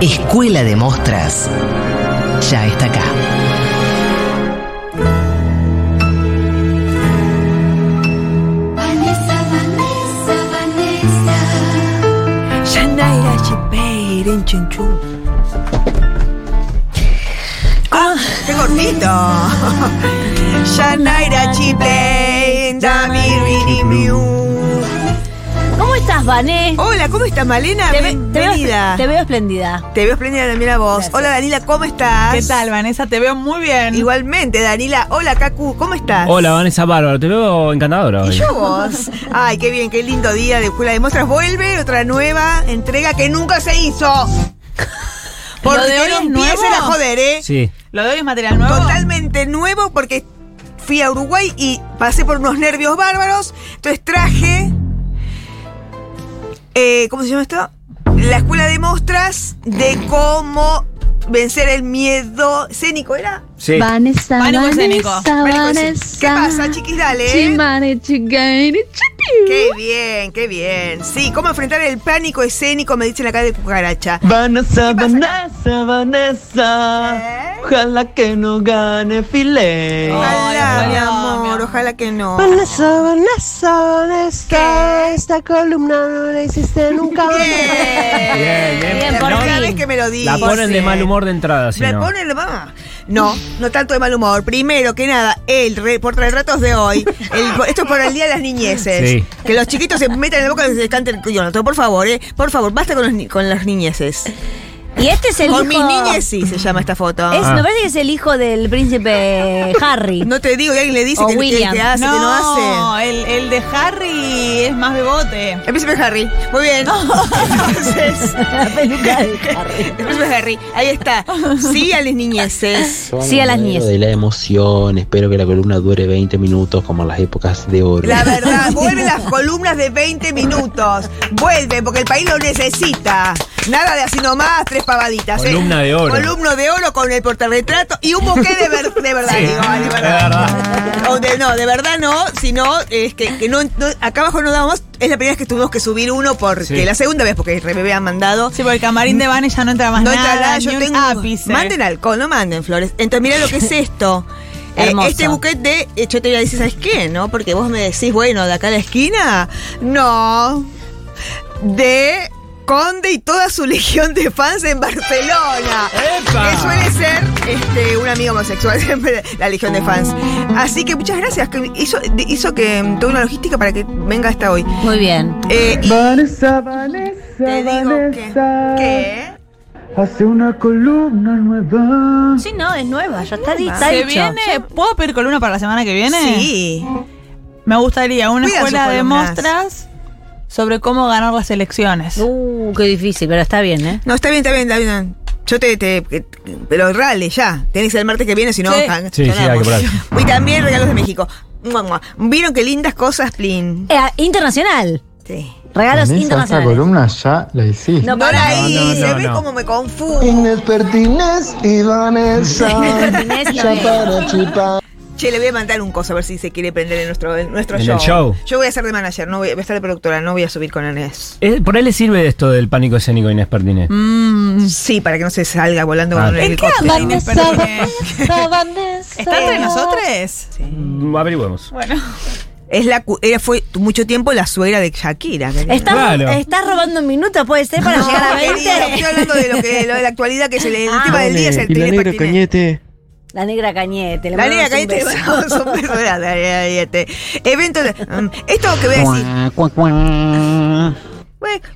Escuela de Mostras ya está acá. Vanessa, Vanessa, Vanessa. Shanaira Shepei, Ren Chen Chu. ¡Ah! ¡Qué cortito! Shanaira Chipley, Damir Vinimiu. ¿Cómo estás, Vané? Hola, ¿cómo estás, Malena? Te, ve- te Bienvenida. veo, te veo espléndida. Te veo espléndida también a vos. Gracias. Hola, Danila, ¿cómo estás? ¿Qué tal, Vanessa? Te veo muy bien. Igualmente, Danila. Hola, Kaku, ¿cómo estás? Hola Vanessa Bárbara, te veo encantadora ¿Y hoy. yo vos? Ay, qué bien, qué lindo día de Escuela de Muestras. Vuelve otra nueva entrega que nunca se hizo. ¿Lo de Porque hoy no es empiecen nuevo? a joder, ¿eh? Sí. ¿Lo de hoy es material nuevo? Totalmente nuevo porque fui a Uruguay y pasé por unos nervios bárbaros. Entonces traje. eh, ¿Cómo se llama esto? La escuela de muestras de cómo vencer el miedo escénico, ¿era? Sí. Vanessa, Pánico escénico. Vanessa, Bueno, pues, Vanessa. ¿Qué pasa, chiquis? Dale. ¿eh? Chimane, chigaine, chitiu. Qué bien, qué bien. Sí, cómo enfrentar el pánico escénico, me dicen acá de cucaracha. Vanessa, pasa acá? Vanessa, Vanessa. ¿Eh? Ojalá que no gane Filet. Oh. Ojalá, Ay, mi no, mi amor, amor. ojalá que no. Vanessa, Vanessa, Vanessa, ¿Qué? esta columna no la hiciste nunca. Bien. Bien, bien. Bien, La por No, primera fin. vez que me lo la dicen. ponen de mal humor de entrada, si Me no. ponen de mal- No, no tanto de mal humor. Primero que nada, el re- por retratos de hoy. el- esto es por el Día de las Niñeces. Sí. Que los chiquitos se metan en la boca y se canten el Jonathan. Por favor, eh. Por favor, basta con, los ni- con las niñeces. Y este es el con mis hijo. niñez sí se llama esta foto. es- Ah. Me parece que es el hijo del príncipe Harry. No te digo que alguien le dice O que, que, William. que hace, que no hace. el, el de Harry es más bebote. El príncipe Harry. Muy bien. Entonces. La peluca de El príncipe Harry. Ahí está. Sí a las niñeces. Sí, a las niñas. niñas. De la emoción, espero que la columna dure 20 minutos como en las épocas de oro. La verdad, vuelven las columnas de 20 minutos. Vuelven, porque el país lo necesita. Nada de así nomás, tres pavaditas. ¿eh? Columna de oro. Columna de oro con el portarretrato y un bouquet de, ver- de verdad, Sí, digo, ah, de de verdad. O de- no, de verdad no, sino es que, que no, no- acá abajo no dábamos, es la primera vez que tuvimos que subir uno porque Sí. la segunda vez porque me habían mandado. Sí, porque el camarín de Vanessa ya no entra más No nada. entra nada, ni yo un tengo. ápice. Manden alcohol, no manden flores. Entonces, mira lo que es esto. Eh, Hermoso. este buquet de. eh, Yo te voy a decir, ¿sabes qué? ¿No? Porque vos me decís, bueno, de acá a la esquina. No. De. Conde y toda su legión de fans en Barcelona. ¡Epa! Que suele ser este, un amigo homosexual, siempre la legión de fans. Así que muchas gracias. que hizo, hizo que mm, tuve una logística para que venga hasta hoy. Muy bien. Eh, y Vanessa, Vanessa, te digo que. Vanessa. ¿Qué? Hace una columna nueva. Sí, no, es nueva, ya está, di- está ¿Se dicho. viene? ¿Puedo pedir columna para la semana que viene? Sí. Me gustaría una Pidan sus escuela de columnas. muestras sobre cómo ganar las elecciones. Uh, qué difícil, pero está bien, ¿eh? No, está bien, está bien, está bien. Yo te, te- que- Pero rale, ya. Tenés que ser el martes que viene, si no. Sí. ja- Sí, sí, hay que lloramos. parar. Y también regalos de México. Mua, mua. ¿Vieron qué lindas cosas, Plin? Eh, internacional. Sí. Regalos internacionales. ya la hiciste. No, No, para para. ahí, No, no, se no, ve no. como me confundo. Inés Pertines y Vanessa. Inés y ya para chipar. Che, le voy a mandar un coso a ver si se quiere prender en nuestro, en nuestro En show. el show. Yo voy a ser de manager, no voy, voy a estar de productora, no voy a subir con Inés. Eh, por ahí le sirve esto del pánico escénico Inés Pertinés. Sí, para que no se salga volando con Ah. un ¿En ¿Qué helicóptero. onda, Inés Pertine? Vanessa, Vanessa. ¿Está entre nosotros? Mm, Averigüemos. Bueno. Es la, cu- ella fue mucho tiempo la suegra de Shakira. querida. ¿Estás, Claro. estás robando minutos, puede ser, para No, llegar a querido, 20. Estoy hablando de lo que lo de la actualidad que es el, el Ah. tema del día es el Y la Inés negra Pertines. cañete. La negra cañete. le La negra mandamos un cañete beso. mandamos un beso grande a la negra cañete. Evento de- mm, Esto que voy a decir. Bueno,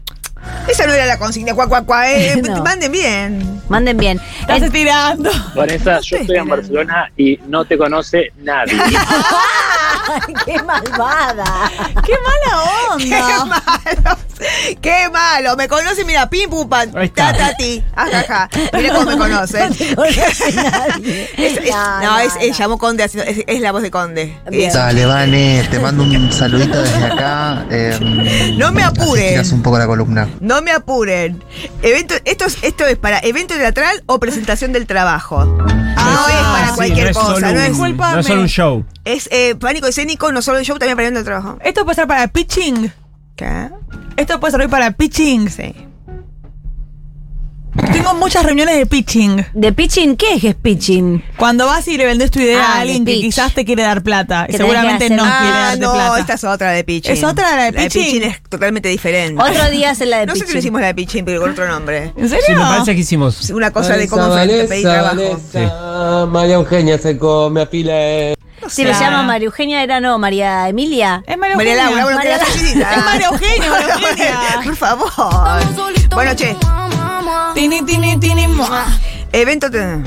Esa no era la consigna, cuá, cuá, cuá, eh, No. Manden bien. Manden bien. Estás estirando. Vanessa, yo estoy en Barcelona y no te conoce nadie. ¡Qué malvada! ¡Qué mala Qué onda! malos. Qué malo, me conoce, mira, pim pum pan, Ahí está. ta ta ti, ah, ajaja. Mira cómo me conoce. Es- es- No, no, no, es, es llamó Conde, haciendo- es, es la voz de Conde. Bien. Es- Dale, Vane, te mando un saludito desde acá. em, No me así apures. Tiras un poco la columna. No me apuren. Evento, esto, es, esto es para evento teatral o presentación del trabajo. no es para Ah, Sí, cualquier no es cosa. solo No un- es, no es solo un show. es, eh, pánico escénico, no solo el show, también para evento de trabajo. Esto puede ser para pitching. ¿Qué? Esto puede servir para pitching. Sí. Tengo muchas reuniones de pitching. ¿De pitching? ¿Qué es que es pitching? Cuando vas y le vendes tu idea Ah, a de alguien que pitch. quizás te quiere dar plata. Que Y tenés que seguramente hacer no un- quiere Ah, darte no, plata. esta es otra de Pitching. ¿Es otra la de La de pitching? Pitching es totalmente diferente. Otro día es la de no sé si lo pitching. hicimos la de Pitching, pero con otro nombre. ¿En serio? Sí, me parece que hicimos. Una cosa de cómo Vanessa, enfrentar- pedir trabajo. Vanessa, María Eugenia se come a pila de... Si lo Claro. llama María Eugenia, era no, María Emilia. Es María María Eugenia. Laura, bueno, María que la Laura. felicita. Es María Eugenia, María Eugenia. Por favor. Bueno, che, Tini, tini, tini, mua. evento. te-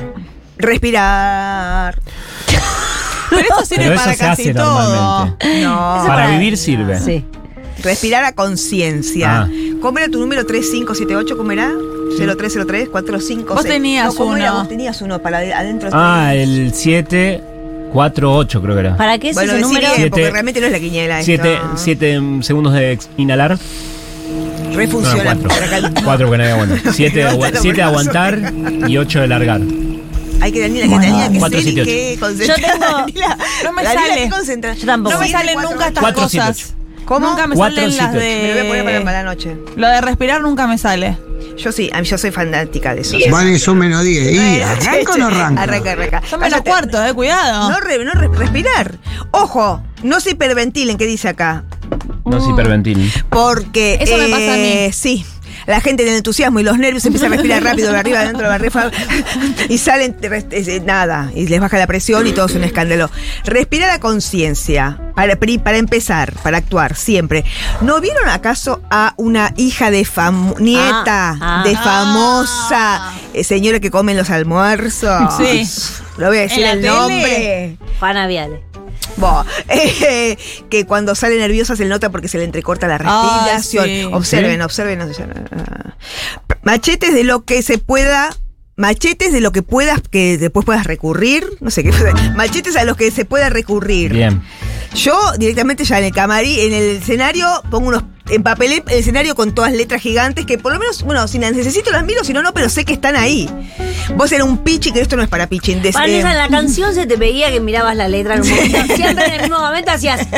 Respirar. Pero eso sirve Pero eso para se casi hace todo. normalmente. No. Para vivir sirve. Sí. Respirar a conciencia. Ah. ¿Cómo era tu número 3578? ¿Cómo era? 0303 456. Vos tenías No, ¿cómo era? uno. Vos tenías uno para de- adentro. Ah, el 748 creo que era. ¿Para qué es bueno, ese decí número? bien, porque Siete- realmente no es la quiniela. 7 segundos de ex- inhalar. Refunciona. no, 4. 4 porque no había bueno. 7 No, está de laburando. aguantar y 8 de largar. Hay que Daniela, que tenía que Cuatro, ser y siete, que concentrar. Yo tengo- Daniela, No me Daniela, sale. que concentrar. Yo tampoco. No me Sí, salen cuatro, nunca estas cuatro, siete, cosas. ocho. ¿Cómo? Nunca me Eh. Cuatro, salen siete, las ocho. de. Me lo voy a poner para, para la noche. Lo de respirar nunca me sale. Yo sí, a mí- yo soy fanática de eso. Vane, son menos 10. ¿Y Bueno, arranca o no arranca? Arranca, arranca. Son menos Cállate. cuartos, eh, cuidado. No, re- no re- respirar. Ojo, no se hiperventilen, ¿qué dice acá? No Uh. se hiperventilen. Porque. eh, Eso me pasa a mí. Sí. La gente del entusiasmo y los nervios empieza a respirar rápido de arriba, adentro, de arriba, y salen res- eh, nada, y les baja la presión y todo es un escándalo. Respira la conciencia, para, pri- para empezar, para actuar, siempre. ¿No vieron acaso a una hija de fam- nieta Ah, ah. de famosa eh, señora que come en los almuerzos? Sí. Lo voy a decir la el tele? nombre. Juana Viale. Bueno, eh, que cuando sale nerviosa se le nota porque se le entrecorta la Ah, respiración. sí. Observen, observen. observen. Machetes de lo que se pueda. Machetes de lo que puedas, que después puedas recurrir. No sé qué. Machetes a los que se pueda recurrir. Bien. Yo directamente ya en el camarí, en el escenario, pongo unos. Empapelé el escenario con todas letras gigantes que por lo menos, bueno, si las necesito las miro, si no, no, pero sé que están ahí. Vos eres un pichi, que esto no es para pichín. des- Vanessa, eh, en la canción se te veía que mirabas la letra en un momento. Siempre en el mismo momento hacías.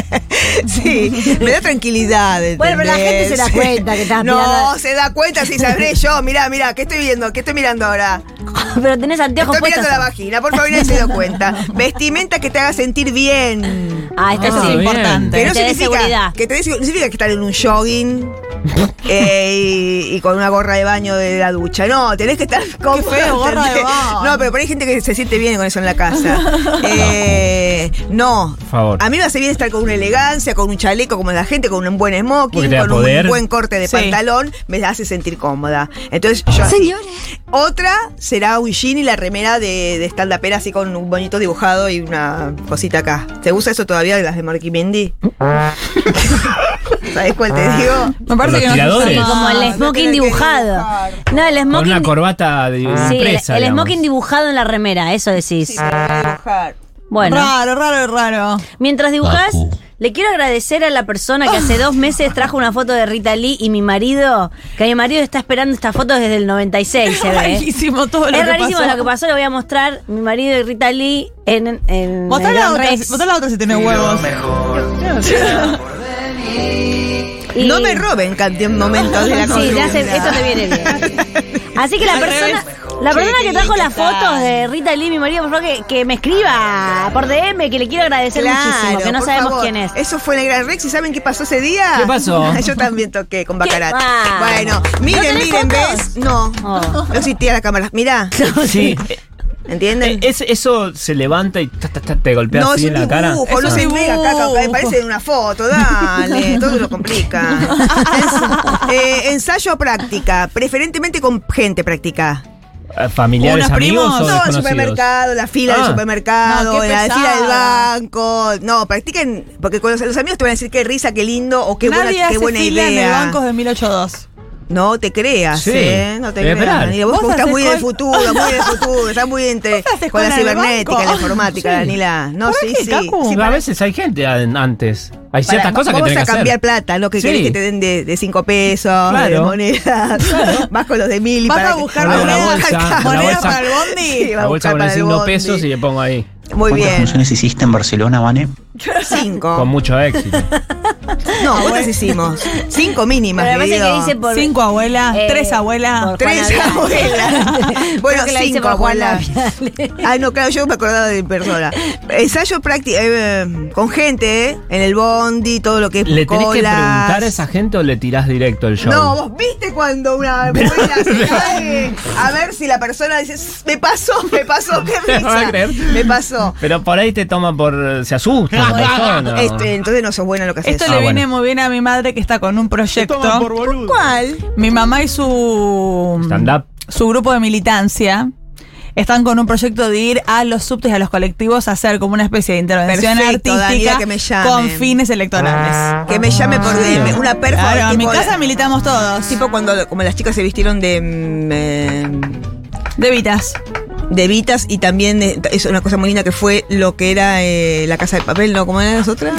Sí, me da tranquilidad. ¿entendés? Bueno, pero la gente se da cuenta que estás No, mirando- se da cuenta si sabré yo. Mirá, mirá, ¿qué estoy viendo? ¿Qué estoy mirando ahora? Pero tenés anteojos Estoy puestos. mirando la vagina, por favor, nadie se dio cuenta. Vestimenta que te haga sentir bien. Ah, esta Eso Ah, es sí. bien. importante. Que no te dé significa seguridad. que, te dé segu- no significa que estar en un jogging eh, y, y con una gorra de baño de la ducha. No, tenés que estar cómodo. feo, gorra de ¿entendés? baño. No, pero por ahí hay gente que se siente bien con eso en la casa. Eh, no. Por favor. A mí me hace bien estar con una elegancia, con un chaleco como la gente, con un buen Porque smoking, te da con un poder. buen corte de Sí. pantalón, me hace sentir cómoda. Entonces yo otra será un jean y la remera de, de stand upera así con un bonito dibujado y una cosita acá. ¿Se usa eso todavía de las de Marquimendi? ¿Sabes cuál Ah. te digo? Me parece Los que no se tiradores. usa Como más. el smoking dibujado. No, el Con una smoking. corbata de Sí, el- empresa, el, digamos. smoking dibujado en la remera, eso decís. Dibujar. Bueno. Raro, raro, raro. Mientras dibujas, Facu. le quiero agradecer a la persona que hace dos meses trajo una foto de Rita Lee y mi marido, que mi marido está esperando estas fotos desde el 96, se ve. ¿eh? Rarísimo todo lo es que rarísimo pasó. lo que pasó, lo voy a mostrar. Mi marido y Rita Lee en. en Votá el la, Gran otra, Rex. votá la otra si tiene huevos. Y- No me roben cantidad momentos de la Sí, ya columna. se- eso te viene bien. Así que la persona, la persona que trajo las fotos de Rita Lee, mi marido, por favor, que, que me escriba por DM, que le quiero agradecer muchísimo, que no por sabemos favor. quién es. Eso fue en el Gran Rex y ¿saben qué pasó ese día? ¿Qué pasó? Yo también toqué con ¿Qué? Bacarat. Ah. Bueno, ¿No miren, tenés miren, fotos? ¿ves? No, Oh. no existía la cámara. Mirá, Sí. Eh, ¿entienden? es- eso se levanta y ta, ta, ta, te golpea No, es Eh, así un en la cara. dibujo, no Es un se ve acá, acá, dibujo. parece una foto, dale, todo lo complica. Es- eh, ensayo práctica, preferentemente con gente práctica. eh, familiares, ¿Unos primos? amigos o No, el desconocidos? supermercado, la fila del Ah. supermercado, No, qué la fila del pesada. banco. No, practiquen, porque con los, los amigos te van a decir qué risa, qué lindo o qué Nadie buena, hace qué buena fila en el idea. banco de 182. No te creas, Sí, ¿eh? No te es creas. verdad. Daniela, vos, Vos vos estás haces muy del cola- futuro, muy del futuro, estás muy entre, haces con la cola en el cibernética, la banco. informática, Sí. Danila. No, ¿Para sí, qué, sí. Cacu? Sí, a veces hay gente a- antes. Para, Hay ciertas cosas que vamos a tenés que hacer. cambiar plata, lo que Sí. querés que te den de, de cinco pesos, de Claro. monedas, vas con los de mil y Vas para a buscar Pongo la bolsa, la Moneda bolsa, para el bondi. Sí, vas a la bolsa buscar con para el el signo bondi. pesos y le pongo ahí. Muy ¿Cuántas bien. funciones hiciste en Barcelona, Vane? Cinco. Con mucho éxito. No, ¿cuántas hicimos? Cinco mínimas, Pero me parece que querido. dice por. Cinco abuelas, eh, tres abuelas. por Tres Juana Viale. abuelas. bueno, Creo que la hice cinco por Juana abuelas. Viale. Ah, no, claro, yo me acordaba de mi persona. Ensayo práctico con gente, ¿eh? en el bondi, todo lo que es ¿Le tenés que colas. preguntar a esa gente o le tirás directo el show? No, vos viste cuando una abuela se cae a ver si la persona dice, "S- me pasó, me pasó, qué No va a risa. creer. Me pasó. Pero por ahí te toman por. se asustan. la persona. Este, entonces no sos buena en lo que haces. Esto Ah, le bueno. viene muy bien a mi madre que está con un proyecto. ¿Cuál? Mi mamá y su Stand-up. su grupo de militancia están con un proyecto de ir a los subtes y a los colectivos a hacer como una especie de intervención Perfecto, artística Daniela, que me llamen. con fines electorales. Que me llame Ah, por DM, una perfo. Claro, en mi tipo- casa militamos todos. Tipo cuando como las chicas se vistieron de mm, eh, De Vitas. de vitas y también eh, es una cosa muy linda que fue lo que era eh, la casa de papel, ¿no? ¿Cómo eran las otras?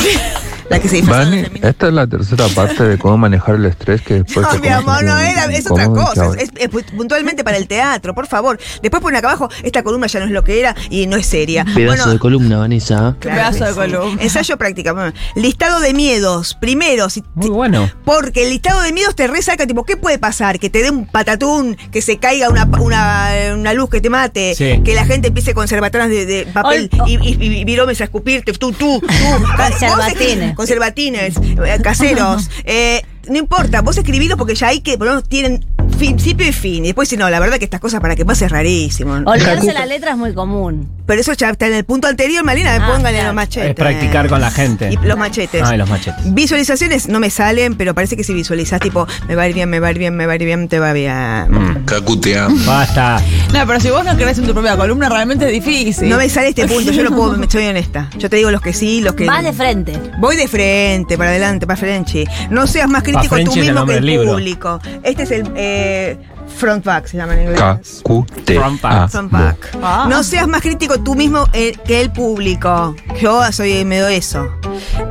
La que se disfrazaron de Vane, femina. Ah, esta es la tercera parte de cómo manejar el estrés que después No, te mi amor, no era, es otra comes, cosa. chabón. Es, es pu- puntualmente para el teatro, por favor. Después ponen acá abajo, esta columna ya no es lo que era y no es seria. Pedazo de columna, Vanessa. claro pedazo que de columna. Ensayo práctica. bueno. Listado de miedos. Primero, si- Muy bueno. porque el listado de miedos te resaca, tipo, ¿qué puede pasar? Que te dé un patatún, que se caiga una, una, una luz que te mate, Sí. que la gente empiece con cerbatanas de, de papel Ol- y, y, y viromes a escupirte, tú, tú, tú. Ca- vos Conservatines. escri- Conservatines, eh, caseros. Eh, no importa, vos escribilos porque ya hay que, por lo menos tienen fin- principio y fin. Y después si no, la verdad que estas cosas para que pase es rarísimo. Olvidarse la letra es muy común. Pero eso ya está en el punto anterior, Malena, me Ah, póngale claro. los machetes. Es practicar con la gente. Y los machetes. Ay, los machetes. Visualizaciones no me salen, pero parece que si visualizas, tipo, me va a ir bien, me va a ir bien, me va a ir bien, te va bien. Mm. Cacutea. Basta. No, pero si vos no crees en tu propia columna, realmente es difícil. No me sale este punto, yo lo puedo, me estoy honesta. Yo te digo los que sí, los que. Vas de frente. Voy de frente, para adelante, para Frenchy. No seas más crítico tú Frenchy es el mismo que nombre el del libro. público. Este es el eh, front back, se llama en inglés. Cacute. Trump act. Front back. Ah. No seas más crítico tú mismo eh, que el público. Yo soy medio eso.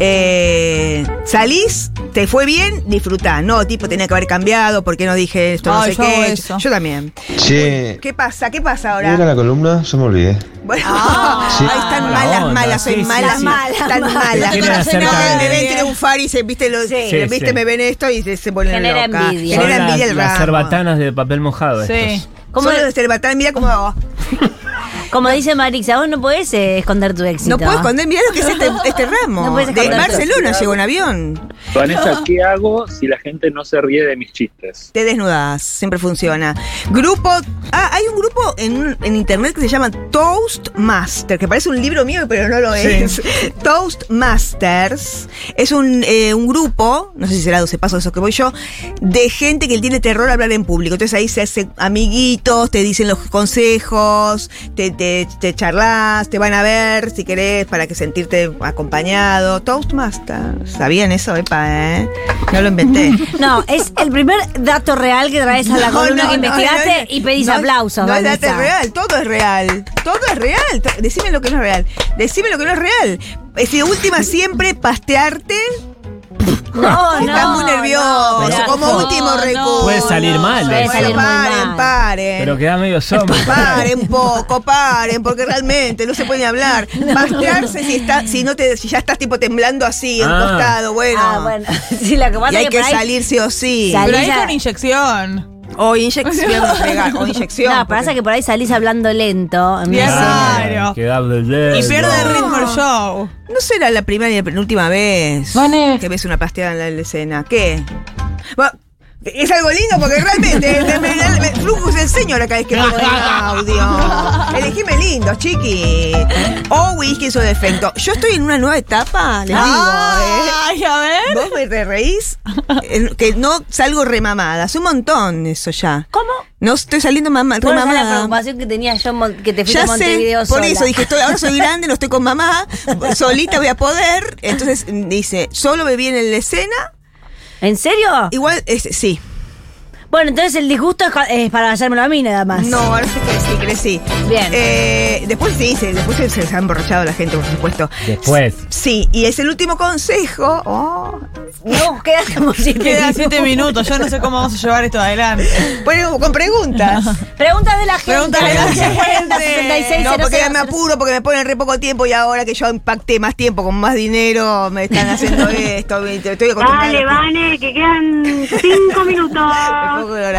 Eh, salís, te fue bien, disfrutá. No, tipo, tenía que haber cambiado, ¿por qué no dije esto? No Ay, sé yo hago qué. eso. Yo también. Che, ¿Qué pasa? ¿Qué pasa ¿cuál era ahora? la columna? Yo me olvidé. Bueno, Sí. ay, están Mala malas, onda. malas, soy Sí, sí, mala, sí. mala, tan Te mala. quieren hacer No, caer. me ven triunfar y se eh, viste, lo, Sí, viste sí. me ven esto y se, se ponen Genera loca. envidia. Son Genera las, envidia el las ramo. cerbatanas de papel mojado. Sí. estos. ¿Cómo, Solo de cerbatán, mira cómo hago. como dice Marixa, vos no podés eh, esconder tu éxito. No puedo esconder, mirá lo que es este, este ramo. No puedes de esconder. Barcelona llegó un avión. Vanessa, ¿qué hago si la gente no se ríe de mis chistes? Te desnudas, siempre funciona. Grupo. Ah, hay un grupo en, un- en internet que se llama Toastmaster, que parece un libro mío, pero no lo es. Toastmasters es un, eh, un grupo, no sé si será 12 pasos esos que voy yo, de gente que tiene terror a hablar en público. Entonces ahí se hacen amiguitos, te dicen los consejos, te, te, te charlas, te van a ver si querés para que sentirte acompañado. Toastmasters, ¿sabían eso? Epa, ¿eh? No lo inventé. No, es el primer dato real que traes a la No, columna no, que no, investigaste no, no, y pedís no, aplausos. No, Vanessa. date real, todo es real. Todo es real. to- Decime lo que no es real. Decime lo que no es real. Es decir, última siempre pastearte. Ah, No, no. Estás muy nervioso. no, como no, último no, recurso. Puede salir mal de puede eso. salir Bueno, muy paren, mal. paren. Pero queda medio sombra. Paren un poco, paren, porque realmente no se puede ni hablar. Pastearse si está, si no te, si ya estás tipo temblando así, Ah. encostado, bueno. Ah, bueno. Sí, lo que pasa Y hay es que, que por ahí- salir sí o sí. Sal- Pero ahí Ella- con inyección. O inyección, o pegar, o inyección. No, pasa que por ahí salís hablando lento. en vez de- Claro. Queda Y pierde el ritmo el show. No será la primera ni la penúltima vez Vane. que ves una pasteada en la escena. ¿Qué? Va- Es algo lindo porque realmente me, me, me, me- Frucus el señor cada vez que pongo el audio. Elegime lindo, chiqui. Owis que hizo defecto. Yo estoy en una nueva etapa, les Ay, digo. ¿eh? a ver. Vos me re reís eh, que no salgo remamada. Es un montón eso ya. ¿Cómo? No estoy saliendo Pues mamá, ¿Cuál era la remamada. preocupación que tenía yo mon- que te fuiste Ya a Montevideo sé, por sola? eso dije, estoy- ahora soy grande, no estoy con mamá, solita voy a poder. Entonces mm, dice, solo me viene en la escena. ¿En serio? Igual, es, sí. Bueno, entonces el disgusto es, ca- es para hacérmelo a mí nada más. No, ahora sí crecí, crecí. Bien. Eh, después sí, se, después se, se ha emborrachado la gente, por supuesto. Después. Sí, y es el último consejo. Oh, No, queda como siete Quedan siete minutos. Yo no sé cómo vamos a llevar esto adelante. Bueno, con preguntas. Preguntas de la gente. Preguntas de la gente. 40, 66, no, porque 00. me apuro, porque me ponen re poco tiempo y ahora que yo impacté más tiempo con más dinero, me están haciendo esto. me- Estoy acostumbrada. Dale, Vane, que quedan cinco minutos.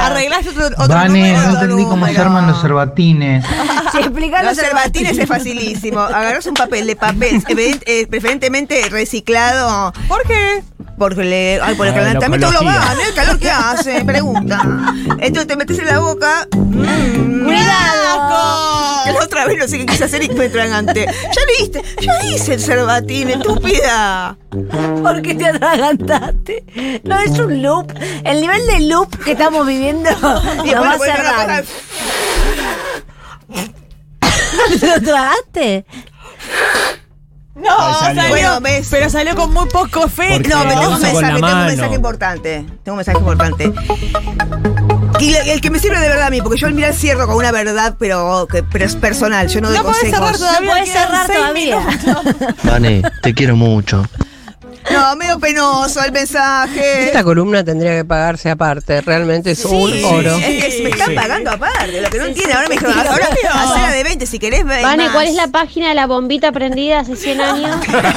Arreglaste otro, otro Vane, número, no otro entendí cómo se número. arman los cerbatines. Si explicás Los los cerbatines es facilísimo. Agarras un papel de papel, evident- eh, preferentemente reciclado. ¿Por qué? Porque le, ay, por el Ah, la calentamiento ecología. global, ¿eh? el calor que hace, pregunta. Entonces te metes en la boca. mm, ¡Cuidado! La otra vez no sé qué quise hacer y fue tragante. Ya lo hice, ya hice el cerbatín, estúpida. ¿Por qué te atragantaste? No, es un loop. El nivel de loop que estamos viviendo nos va a bueno, hacer bueno, daño. ¿Te lo tragaste? No, Ay, salió. salió. Bueno, ves. Pero salió con muy poco Porque- efecto. No, pero tengo un Vamos Eh, con la mensaje, tengo un mano. mensaje importante. Tengo un mensaje importante. Y el, el que me sirve de verdad a mí, porque yo al mirar cierro con una verdad, pero, que- pero es personal, yo no doy No podés consejos. cerrar todavía. No podés quedan cerrar seis todavía. Vane, te quiero mucho. No, medio penoso el mensaje. Esta columna tendría que pagarse aparte, realmente es un Sí, oro. Es que me están Sí. pagando aparte, lo que no entiende. Ahora me dijeron, sí, ahora obvio. hacela de 20 si querés. ve Vane, más. ¿cuál es la página de la bombita prendida hace 100 años? Pregunta,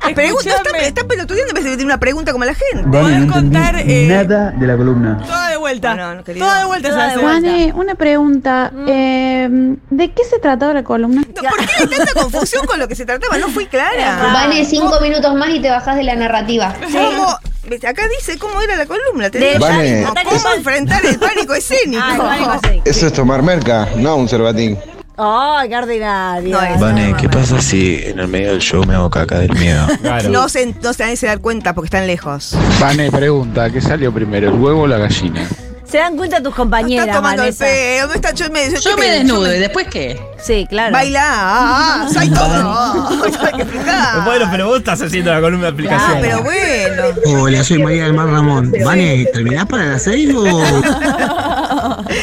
Ah, está, Escúchame. está pelotudeando en vez de tener una pregunta como la gente. Podés Vane, no entendí contar, eh, nada de la columna. Toda de vuelta. No, no, querido. toda de vuelta Toda se hace. de vuelta. Vane, una pregunta. eh, ¿De qué se trataba la columna? Mm. No, ¿Por qué hay tanta confusión con lo que se trataba? No fui clara. Vane, cinco minutos más y te bajás de la narrativa. ¿Cómo? ¿Ves? Acá dice cómo era la columna. te De- digo. Vane. No, Eh, ¿Cómo enfrentar el pánico escénico? Ay, Ah, pánico así. Eso es tomar merca, no un cerbatín. Ay, qué ordinario. No es. Vane, ¿qué pasa si en el medio del show me hago caca del miedo? Claro. No se, no se, se dan cuenta porque están lejos. Vane, pregunta, ¿qué salió primero, el huevo o la gallina? Se dan cuenta tus Están compañeras, tomando Vanessa. el pelo. Me están- yo me, yo Yo te- me yo desnudo y después qué? Sí, claro. Baila, ah, ah, soy todo. Hay que explicar. Bueno, pero vos estás haciendo la columna de Ah, aplicación. pero bueno. Hola, soy María del Mar Ramón. Vane, ¿terminás para las seis o...?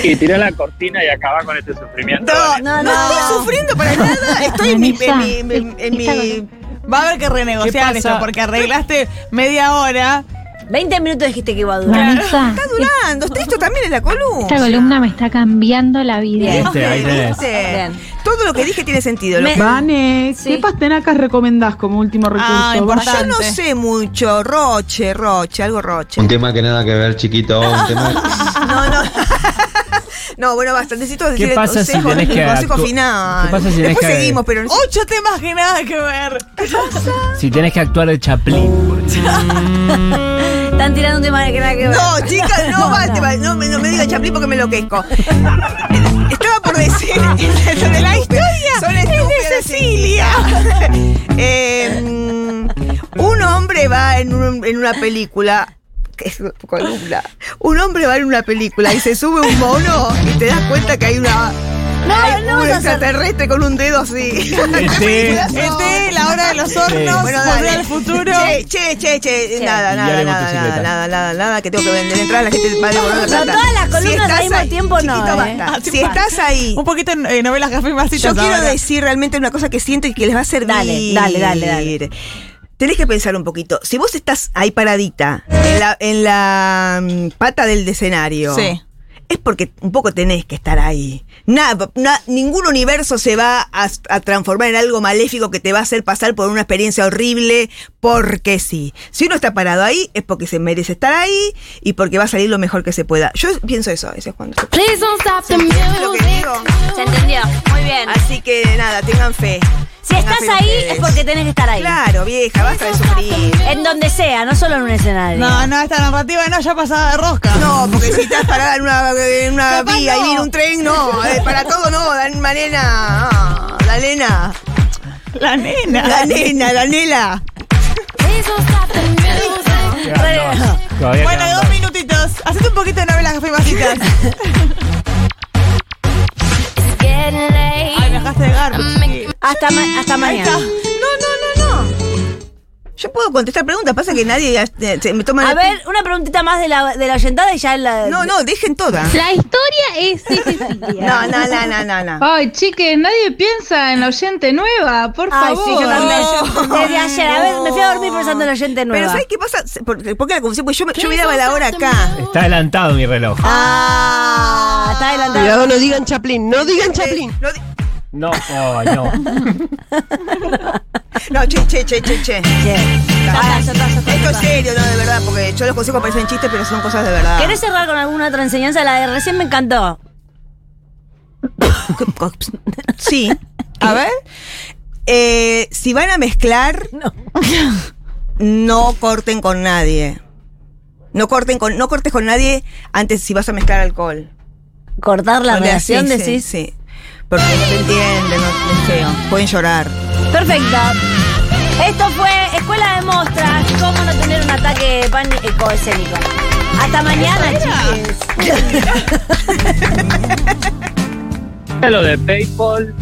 Y tirá la cortina y acabá con este sufrimiento. No, Vane. no, No, estoy no. sufriendo para nada. Estoy en mi. En mi, en mi- en mi- Va a haber que renegociar ¿Qué esto pasa? porque arreglaste media hora. 20 minutos dijiste que iba a durar. Vanessa, está durando. Estoy esto también en la esta columna. columna me está cambiando la vida. Viste, Este, ahí tenés. ¿Viste? Bien. Todo lo que dije tiene sentido. lo Me- que- Vane, Sí. ¿qué pastenacas recomendás como último recurso? Ah, importante. Barça- Yo no sé mucho. Roche, Roche, algo Roche. Ah, Un tema que nada que ver, chiquito. Un tema... No, no. No, bueno, basta. Necesito decir el pasa si consejo, tenés que el consejo actu- final. ¿Qué pasa si tenés Después que- seguimos, pero Ocho temas que nada que ver. Si tenés que actuar de Chaplin. por ejemplo. Están tirando un tema que nada que ver. No, chicas, no, bate, bate, no, me- no me diga chaplín porque me enloquezco. Estaba por decir sobre la historia son es de Cecilia. Eh, mm, un hombre va en, un- en una película. que es columna. Un hombre va en una película y se sube un mono y te das cuenta que hay una. hay no un vas a hacer- extraterrestre con un dedo así. Este- Este, la hora de los hornos, Bueno, volver dale. al futuro. Che, che, che, che, nada, nada, Y ya nada, de nada, motocicleta. nada, nada, nada, que tengo que vender entradas, la gente va a devolver la No, plata. todas las columnas estás al mismo ahí- tiempo no, chiquito, eh. basta. Ah, Si estás ahí, Un poquito en eh, novelas café y yo marcitas quiero ahora. decir realmente una cosa que siento y que les va a servir. Dale, dale, dale, dale. Tenés que pensar un poquito. Si vos estás ahí paradita, en la, en la mm, pata del escenario. Sí. Es porque un poco tenés que estar ahí. Nada, na- ningún universo se va a, a transformar en algo maléfico que te va a hacer pasar por una experiencia horrible porque sí. Si uno está parado ahí es porque se merece estar ahí y porque va a salir lo mejor que se pueda. Yo pienso eso a veces cuando... Please don't stop the ¿Entendés lo que digo? Se entendió. Muy bien. Así que nada, tengan fe. Si Tengan estás fe en ahí ustedes. es porque tenés que estar ahí. Claro, vieja, basta de sufrir. En donde sea, no solo en un escenario. No, no, esta narrativa no, ya pasaba de rosca. No, porque si estás parada en una, en una Capaz vía y no. viene un tren, no. Eh, Para todo no, Dan Malena. Ah, la nena. La nena. La nena, la nela. Todavía Bueno, quedan dos minutitos. Hacete un poquito de novelas fibasitas. Ay, me dejaste de garbo. Hasta, ma- hasta Ahí mañana. está. No, no, no, no. Yo puedo contestar preguntas, pasa que nadie eh, se- me toma A la- ver, una preguntita más de la, de la oyentada y ya la. No, no, dejen todas. La historia es este, No, no, no, no, no, Ah, no. Ay, chiques, nadie piensa en la oyente nueva, por Ay, favor. sí, yo también. No. Yo- desde ayer, a ver, me fui a dormir pensando en la oyente nueva. Pero ¿sabes qué pasa? Se- ¿Por, por qué la confusión? Porque yo, me- yo miraba la hora acá. Está adelantado mi reloj. Ah, está adelantado. Cuidado, no digan Chaplin, no digan Chaplin. Eh, No, di- No, ay, no. no, che, che, che, che, che. Ya está, ya está, ya está, Esto ya es está. serio, no, de verdad, porque yo los consejos parecen chistes, pero son cosas de verdad. ¿Querés cerrar con alguna otra enseñanza? La de recién me encantó. Sí. A ver. Eh, si van a mezclar, no. corten con nadie. No corten con, no cortes con nadie antes si vas a mezclar alcohol. Cortar la Ponle relación, así, decís. Sí, sí. Porque no te entienden, no, es feo. Pueden llorar. Perfecto. Esto fue Escuela de Mostras, cómo no tener un ataque pánico escénico. Hasta mañana, chiques. Lo de PayPal.